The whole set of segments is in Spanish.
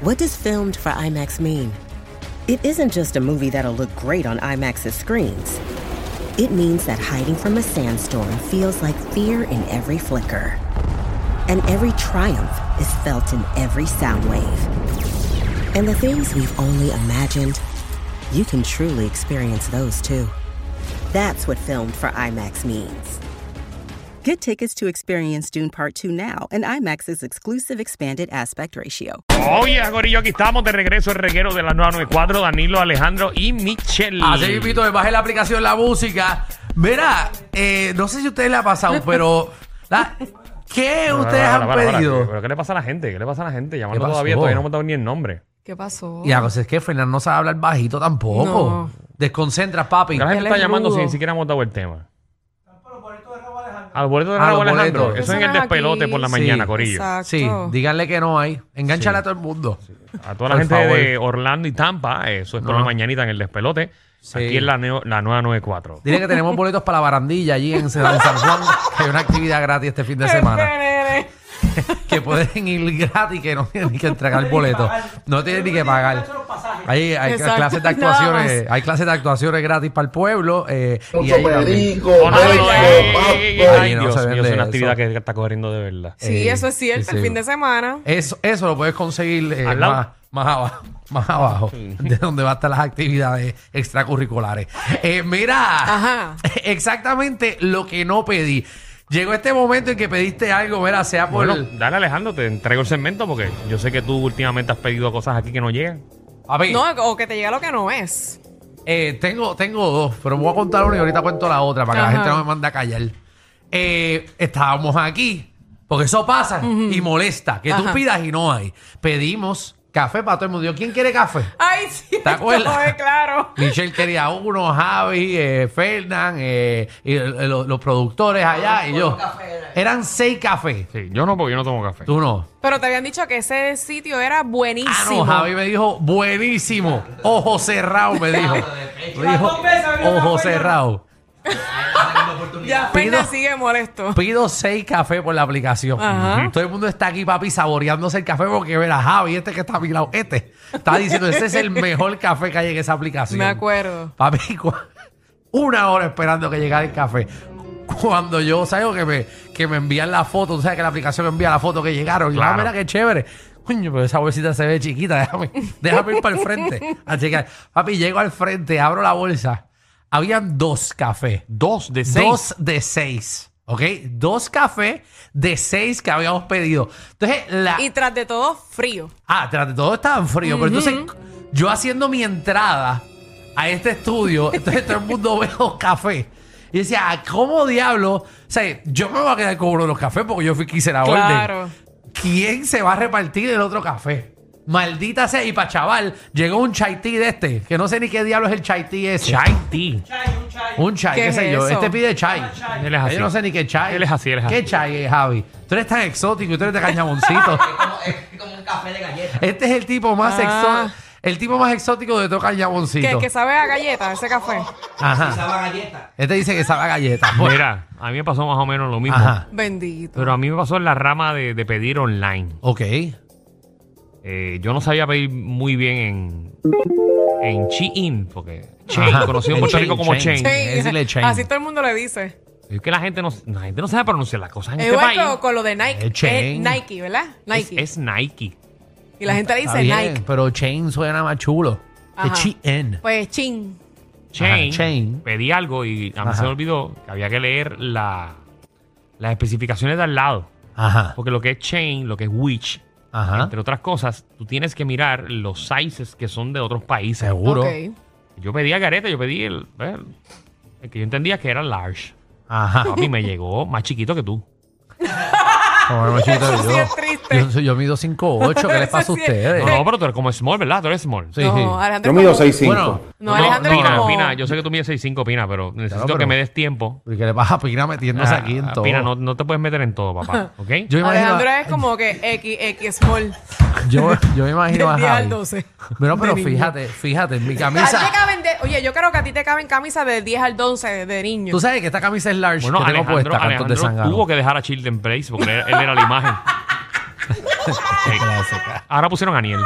What does filmed for IMAX mean? It isn't just a movie that'll look great on IMAX's screens. It means that hiding from a sandstorm feels like fear in every flicker. And every triumph is felt in every sound wave. And the things we've only imagined, you can truly experience those too. That's what filmed for IMAX means. Get tickets to experience Dune Part 2 now and IMAX's exclusive expanded aspect ratio. Oye, Gorillo, aquí estamos de regreso el reguero de la 994, Danilo, Alejandro y Michelle. Así mismito, me bajé la aplicación La Música. Mira, eh, no sé si a ustedes la ha pasado, pero la- ¿qué Pero, ustedes para, han para, para, pedido? Pero ¿qué le pasa a la gente? ¿Qué le pasa a la gente? Llamando pasó? todavía, todavía no hemos dado ni el nombre. ¿Qué pasó? Y la cosa es que Fernando no sabe hablar bajito tampoco. No. Desconcentras, ¿Por papi. qué La gente Él está es llamando rudo. sin siquiera hemos dado el tema. Al boleto de Ah, Raúl los Alejandro. Eso boletos. es en Eso el no es aquí. despelote por la Sí. mañana, Corillo. Exacto. Sí, díganle que no hay. Engánchale Sí. a todo el mundo. A toda la Por gente favor. de Orlando y Tampa, eso es por No. la mañanita en el despelote. Sí. Aquí en la, neo- la nueva 94. Dile que tenemos boletos para la barandilla allí en San San Juan, que hay una actividad gratis este fin de semana. Espere. que pueden ir gratis, que no tienen ni que entregar boletos. No tienen ni que pagar. Hay, hay Exacto, clases de nada actuaciones, hay clases de actuaciones gratis para el pueblo. eh, y ahí también. Oh, no, no, no, eh, eh, eh, Ahí ay, no Dios se mío, vende es una actividad eso. que está corriendo de verdad. Sí, Eh, eso es cierto, sí, el sí. fin de semana. Eso, eso lo puedes conseguir eh, Al lado. más, más abajo, más abajo de donde van a estar las actividades extracurriculares. Eh, mira, Ajá. exactamente lo que no pedí. Llegó este momento en que pediste algo, mira, sea por... Bueno, dale Alejandro, te entrego el segmento porque yo sé que tú últimamente has pedido cosas aquí que no llegan. A ver, No, o que te llega lo que no es. eh, tengo, tengo dos, pero voy a contar una y ahorita cuento la otra para que Ajá. la gente no me mande a callar. Eh, estábamos aquí, porque eso pasa y molesta, que tú Ajá. pidas y no hay. Pedimos café para todo el mundo. ¿Quién quiere café? Ay, sí. ¿Te acuerdas? eh, Claro. Michelle quería uno, Javi, eh, Fernan, eh, y, eh, los, los productores allá y yo. Eran seis cafés. Sí, yo no, porque yo no tomo café. Tú no. Pero te habían dicho que ese sitio era Ah, no, buenísimo. Javi me dijo, buenísimo. Ojo cerrado, me dijo. Me dijo, ojo cerrado. ya Pido- Fernan sigue molesto. Pido seis cafés por la aplicación. Ajá. Ujú. Todo el mundo está aquí, papi, saboreándose el café porque verá, Javi, este que está a mi lado, este, está diciendo, ese es el mejor café que hay en esa aplicación. Me acuerdo. Papi, cu- una hora esperando que llegara el café. Cuando yo salgo que me, que me envían la foto, tú sabes que la aplicación me envía la foto que llegaron. Y yo, ah, Claro. mira qué chévere. Coño, pero esa bolsita se ve chiquita, déjame, déjame ir para el frente. Así que, papi, llego al frente, abro la bolsa. Habían dos cafés. Dos de Dos de seis. ¿Ok? Dos cafés de seis que habíamos pedido. Entonces, la. Y tras de todo, frío. Ah, tras de todo estaba frío, pero entonces yo haciendo mi entrada a este estudio, entonces todo el mundo veo café. Y decía, "Ah, ¿cómo diablo? O sea, yo me voy a quedar con uno de los cafés porque yo fui quise la Claro. orden. ¿Quién se va a repartir el otro café? Maldita sea. Y para chaval, llegó un chai tea de este, que no sé ni qué diablo es el chai tea ese. Chai tea. Un chai, ¿Qué qué es sé yo. eso? Este pide chai. Ah, Él es así. Yo no sé ni qué chai. Él es así, él es así. ¿Qué chai es, Javi? Tú eres tan exótico y tú eres de cañaboncito. Es como un café de galleta. Este es el tipo más Ah. exótico. El tipo más exótico de todo Que, Cañaboncito. que sabe a galleta ese café. Ajá. Estaba galleta. Este dice que sabe a galletas. Mira, a mí me pasó más o menos lo mismo. Ajá. Bendito. Pero a mí me pasó en la rama de, de pedir online. Ok. Eh, yo no sabía pedir muy bien en, en Shein, porque Chain, Ajá. conocido El en Puerto chain, Rico como chain. Chain. Sí, es decirle chain. Este Así todo el mundo le dice. Es que la gente no, la gente no sabe pronunciar las cosas en Es este igual país. con, con lo de Nike. El chain. Eh, Nike, ¿verdad? Es, Nike. es Nike. y la gente le Está dice bien, Nike. Pero chain suena más chulo. Que Ajá. chain. Pues chin. Chain, Ajá, chain. Pedí algo y a mí Ajá. se me olvidó que había que leer la, las especificaciones de al lado. Ajá. Porque lo que es Chain, lo que es Witch, Ajá. entre otras cosas, tú tienes que mirar los sizes que son de otros países. Seguro. Ok. Yo pedí a Garete, yo pedí el, el- el que yo entendía que era large. Ajá. A mí me llegó más chiquito que tú. Como no, chiquito, Eso sí yo- es triste. Yo, soy- yo mido 5'8. ¿Qué les pasa Eso sí a es- ustedes? No, no, pero tú eres como small, ¿verdad? Tú eres small. Sí, no, sí. Alejandro Yo mido como- 6'5". Bueno. No, Alejandro Pina, era como... Pina, yo sé que tú mides 6'5, Pina, pero necesito Claro, pero- que me des tiempo. ¿Y ¿Qué le pasa a Pina metiéndose Ah, aquí en ah, todo? Pina, no, no te puedes meter en todo, papá. ¿Ok? Yo me imagino, Alejandro es como que X, X small. yo, yo me imagino Del a 10 al Javi. 12. Pero, pero De niño. fíjate, fíjate, en mi A ti te camisa... caben de- oye, yo creo que a ti te caben camisas de 10 al 11 de, de niño. Tú sabes que esta camisa es large Bueno, que tengo Alejandro, puesta, cantos de Alejandro Zángano. tuvo que dejar a Childen Place porque él, él era la imagen. Sí. Clásica. Ahora pusieron a Aniel.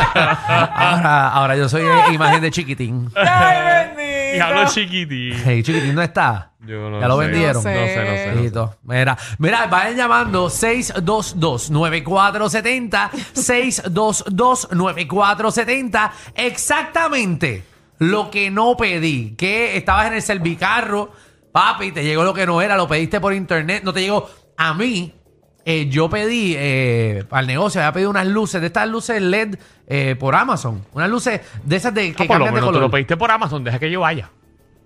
Ahora, ahora yo soy eh, imagen de chiquitín. Ay, Y bendito. hablo chiquitito. Hey, chiquitín no está. Yo no ya lo sé. vendieron. No sé, no sé. no sé. Chiquito. Mira, mira, vayan llamando 622-9470, 622-9470, exactamente lo que no pedí, que estabas en el servicarro, papi, te llegó lo que no era, lo pediste por internet, no te llegó a mí. eh, yo pedí eh, al negocio, había pedido unas luces, de estas luces LED eh, por Amazon, unas luces de esas de que Ah, por lo cambian de menos tú color. lo pediste por Amazon, deja que yo vaya.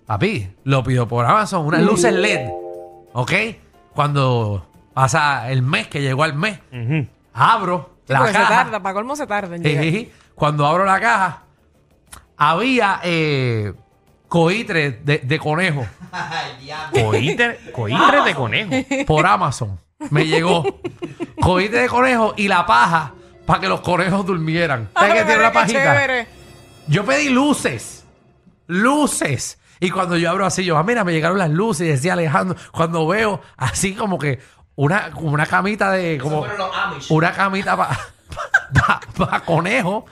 Papi, lo pido por Amazon, unas luces LED. ¿Ok? Cuando pasa el mes, que llegó al mes, abro la Porque Pues se caja. tarda, para colmo se tarda. en llegar. Ejiji. Cuando abro la caja, había eh, coitres de, de conejo Ay, diablo. Coítre, coítre de conejo. por Amazon. Me llegó coitres de conejo y la paja para que los conejos durmieran. Ay, ¿Sabes que tiene una Ah, mira qué pajita? chévere. Yo pedí luces. Luces. Y cuando yo abro así, yo, ah, mira, me llegaron las luces. Y decía Alejandro, cuando veo así como que una, como una camita de. Como, fueron los Amish. una camita para pa, pa conejo.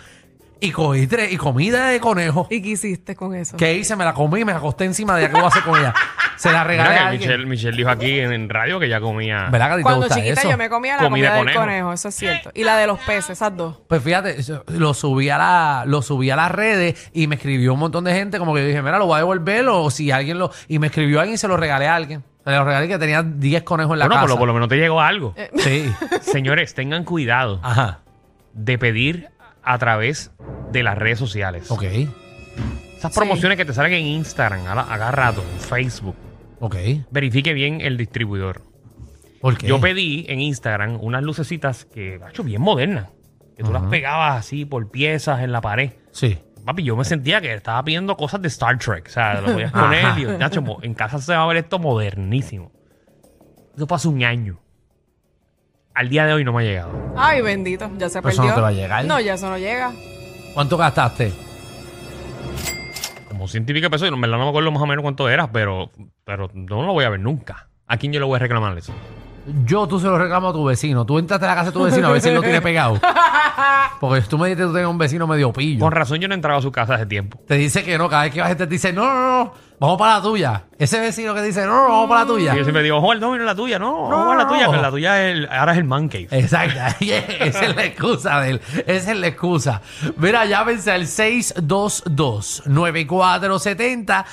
Y cogí tres- y comida de conejo. ¿Y qué hiciste con eso? ¿Qué hice? Me la comí y me la acosté encima de ella. ¿Qué voy a hacer con ella? Se la regalé a Mira que alguien. Michelle, Michelle dijo aquí en, en radio que ya comía. ¿Verdad que a ti te Cuando gusta chiquita eso? yo me comía la Comida comida, del conejo. conejo. eso es cierto. Y la de los peces, esas dos. Pues fíjate, eso- lo subí, a la, lo subí a las redes y me escribió un montón de gente como que yo dije, mira, lo voy a devolver o si alguien lo... Y me escribió alguien y se lo regalé a alguien. Se lo regalé que tenía 10 conejos en la Bueno, por casa. Eh. lo, por lo menos te llegó algo. Sí. Señores, tengan cuidado Ajá. de pedir a través de las redes sociales. Ok. Esas promociones que te salen en Instagram, a, la- a cada rato, en Facebook. Ok. Verifique bien el distribuidor. ¿Por qué? Yo pedí en Instagram unas lucecitas que, hecho bien modernas. Que tú las pegabas así por piezas en la pared. Sí. Papi, yo me sentía que estaba pidiendo cosas de Star Trek. O sea, lo podías Ajá. poner y, "Nacho, mo- en casa se va a ver esto modernísimo. Eso pasó un año. Al día de hoy no me ha llegado. Ay, bendito, ya se Pero eso perdió. no te va a llegar. No, ya eso no llega. ¿Cuánto gastaste? Como ciento y pico de pesos, y no, en verdad no me acuerdo más o menos cuánto era, pero, pero no lo voy a ver nunca. ¿A quién yo le voy a reclamar eso? Yo, tú se lo reclamo a tu vecino. Tú entraste a la casa de tu vecino a ver si él lo tiene pegado. Porque tú me dijiste que tú tenías un vecino medio pillo. Con razón yo no entraba a su casa hace tiempo. Te dice que no, cada vez que vas te dice, no, no, no, vamos para la tuya. Ese vecino que dice, no, no, vamos para la tuya. Y yo siempre digo, ojo, no, no es la tuya, no, no, es la tuya, no. que la tuya es el- ahora es el man cave. Exacto, esa es la excusa de él, esa es la excusa. Mira, llámense al 622-9470,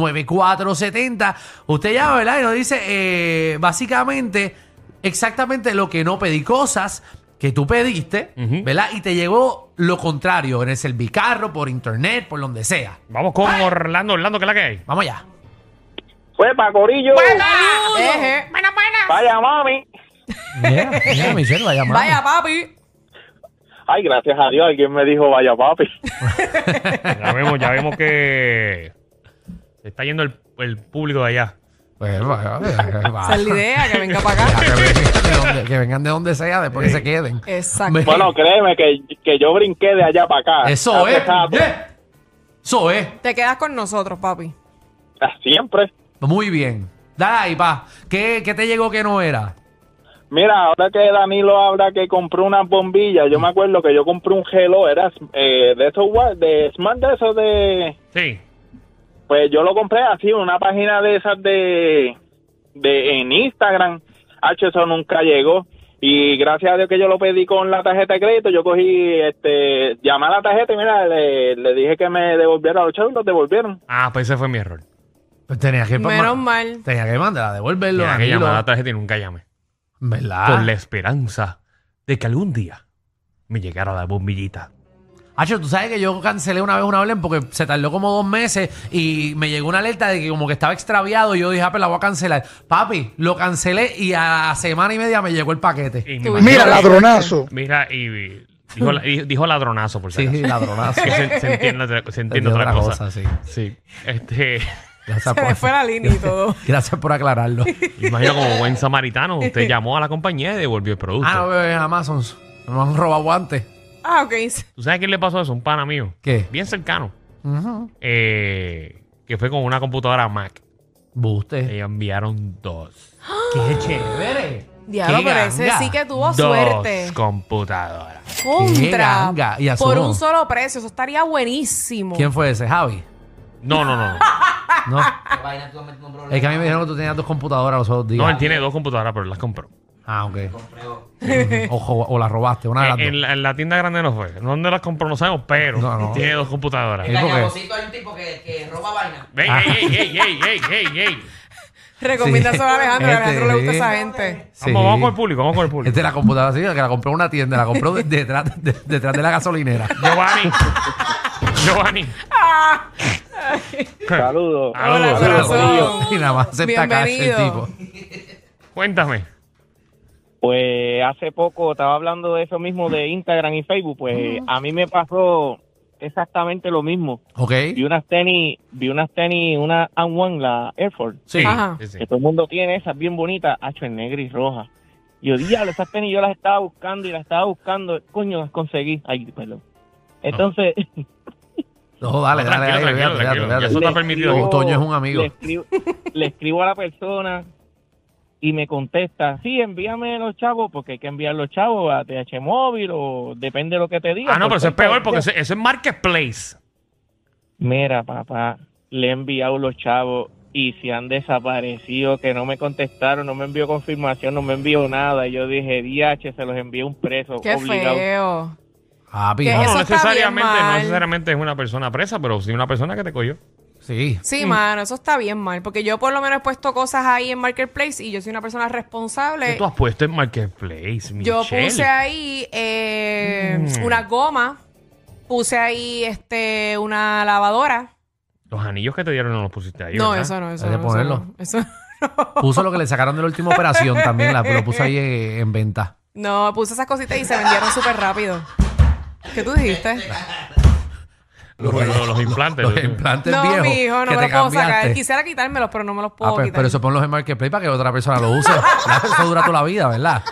622-9470. Usted llama, ¿verdad? Y nos dice eh, básicamente exactamente lo que no pedí, cosas que tú pediste, Ujú. ¿verdad? Y te llegó lo contrario, en el servicarro, por internet, por donde sea. Vamos con Orlando, Orlando, ¿qué es la que hay? Vamos allá. ¡Huepa, Corillo! Eje. ¡Vaya, mami! Mira, Michelle, vaya mami. Vaya, papi. Ay, gracias a Dios, alguien me dijo, vaya, papi. Ya vemos, ya vemos que se está yendo el, el público de allá. Pues, vaya, vaya, Esa vaya. es la idea, que venga para acá. que, vengan de donde, que vengan de donde sea, después que se queden. Exacto. Me- Bueno, créeme que, que yo brinqué de allá para acá. pues, Eso Hace es. rato. yeah. Eso es. Te quedas con nosotros, papi. Ah, Siempre. Muy bien. Dale ahí, pa. ¿Qué, qué te llegó que no era? Mira, ahora que Danilo habla que compró unas bombillas, yo me acuerdo que yo compré un gelo, era eh, de esos, wa- de smart, de esos de... Sí. Pues yo lo compré así, en una página de esas de, de en Instagram. H, eso nunca llegó. Y gracias a Dios que yo lo pedí con la tarjeta de crédito, yo cogí, este, llamé a la tarjeta y mira, le, le dije que me devolviera los chavos y los devolvieron. Ah, pues ese fue mi error. Pues tenía que Menos ma- mal. Tenía que mandarla, devolverlo. Tenía que Danilo. llamar a la tarjeta y nunca llamé. Con la ¿Verdad? esperanza de que algún día me llegara la bombillita. Hacho, tú sabes que yo cancelé una vez una orden porque se tardó como dos meses y me llegó una alerta de que como que estaba extraviado y yo dije, ah, pues la voy a cancelar. Papi, lo cancelé y a la semana y media me llegó el paquete. Y me Tú- imagino- Mira, ladronazo. Mira, y y dijo, la- y- dijo ladronazo, por si Sí, acaso. sí, ladronazo. Que se, se entiende, otra- se entiende otra cosa. sí. Sí. Este, Gracias Se por- me fue la línea y todo. Gracias por aclararlo. me imagino como buen samaritano, usted llamó a la compañía y devolvió el producto. Ah, no, bebé, en Amazon. Nos han robado guantes. Ah, ok. ¿Tú sabes quién le pasó eso? Un pana mío. ¿Qué? Bien cercano. Eh, que fue con una computadora Mac. Buste. Ellos enviaron dos. ¡Qué chévere! Diablo, ¡Qué pero ese ganga! sí que tuvo dos suerte. computadoras. ¡Qué Contra. ganga! Y Por asumo. un solo precio. Eso estaría buenísimo. ¿Quién fue ese? ¿Javi? No, no, no. No. Qué vaina, tú me un problema. Es que a mí me dijeron que tú tenías dos computadoras los otros días. No, él tiene dos computadoras, pero las compró. Ah, ok. Compreo. Ojo, o la robaste, una de Ah, las En, dos. en la, en la tienda grande no fue. ¿Dónde las compró? No sabemos, pero No, no. tiene dos computadoras. En Eh, Cañabocito hay un tipo que, que roba vaina. Ey, Ah. ey, ey, ey, ey, ey, ey. Recomienda eso a Alejandro. A Este, Alejandro le gusta sí. esa gente. Sí. Vamos, vamos con el público, vamos con el público. Esta es la computadora, sí, la que la compró en una tienda, la compró de- detrás de, detrás de la gasolinera. Giovanni. Giovanni. Saludos. Saludos. corazón. Y nada más acepta cash el Bienvenido. tipo. Cuéntame. Pues hace poco estaba hablando de eso mismo de Instagram y Facebook. Pues a mí me pasó exactamente lo mismo. ¿Ok? Vi unas tenis, vi unas tenis, una and one, la Air Force, Sí. Ajá. Sí, sí. que todo el mundo tiene esas bien bonitas, hacho en negra y roja. Yo, diablo, esas tenis yo las estaba buscando y las estaba buscando. Coño, las conseguí. Ay, perdón. Entonces, No, dale, No, dale, tranquilo, dale, dale, tranquilo, dale, tranquilo. dale. Eso Le está permitido. escribo- Toño es un amigo. Le escribo, le escribo a la persona y me contesta, sí, envíame los chavos, porque hay que enviar los chavos a TH Móvil o depende de lo que te diga. Ah, no, pero eso es peor porque eso, Yo, eso es marketplace. Mira, papá, le he enviado los chavos y se han desaparecido, que no me contestaron, no me envió confirmación, no me envió nada. Y yo dije, DH, se los envió un preso Qué obligado. feo. Papi, ¿Qué? No, no Eso está necesariamente, bien no mal. necesariamente es una persona presa, pero sí una persona que te cogió. sí. Sí, mano, eso está bien mal. Porque yo por lo menos he puesto cosas ahí en Marketplace y yo soy una persona ¿Qué responsable. tú has puesto en marketplace, Michelle? Yo puse ahí eh, Mm. una goma, puse ahí este una lavadora. Los anillos que te dieron no los pusiste ahí, No, ¿verdad? eso no, eso Hay que no. ponerlo. Eso no. eso Puso lo que le sacaron de la última operación también, la, lo puso ahí eh, en venta. no. No, puse esas cositas y se vendieron súper rápido. ¿Qué tú dijiste? Los, los- los implantes. Los implantes No, viejos. mi hijo, no que me te los puedo sacar. cambiaste. Quisiera quitármelos, pero no me los puedo Ah, pues, quitar. pero eso ponlos en Marketplace para que otra persona lo use. eso dura toda la vida, ¿verdad?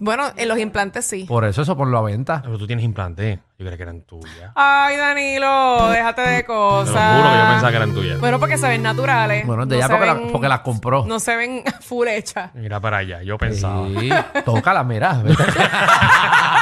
Bueno, en los implantes sí. Por eso eso ponlo a venta. Pero tú tienes implantes. Yo creía que eran tuyas. Ay, Danilo, déjate de Te cosas. lo juro que yo pensaba que eran tuyas. Bueno, porque se ven naturales. Bueno, de Eh, No ya se porque, la- ven- porque las compró. No se ven full hechas. Mira para allá, yo pensaba. Sí, tócala, mira. vete.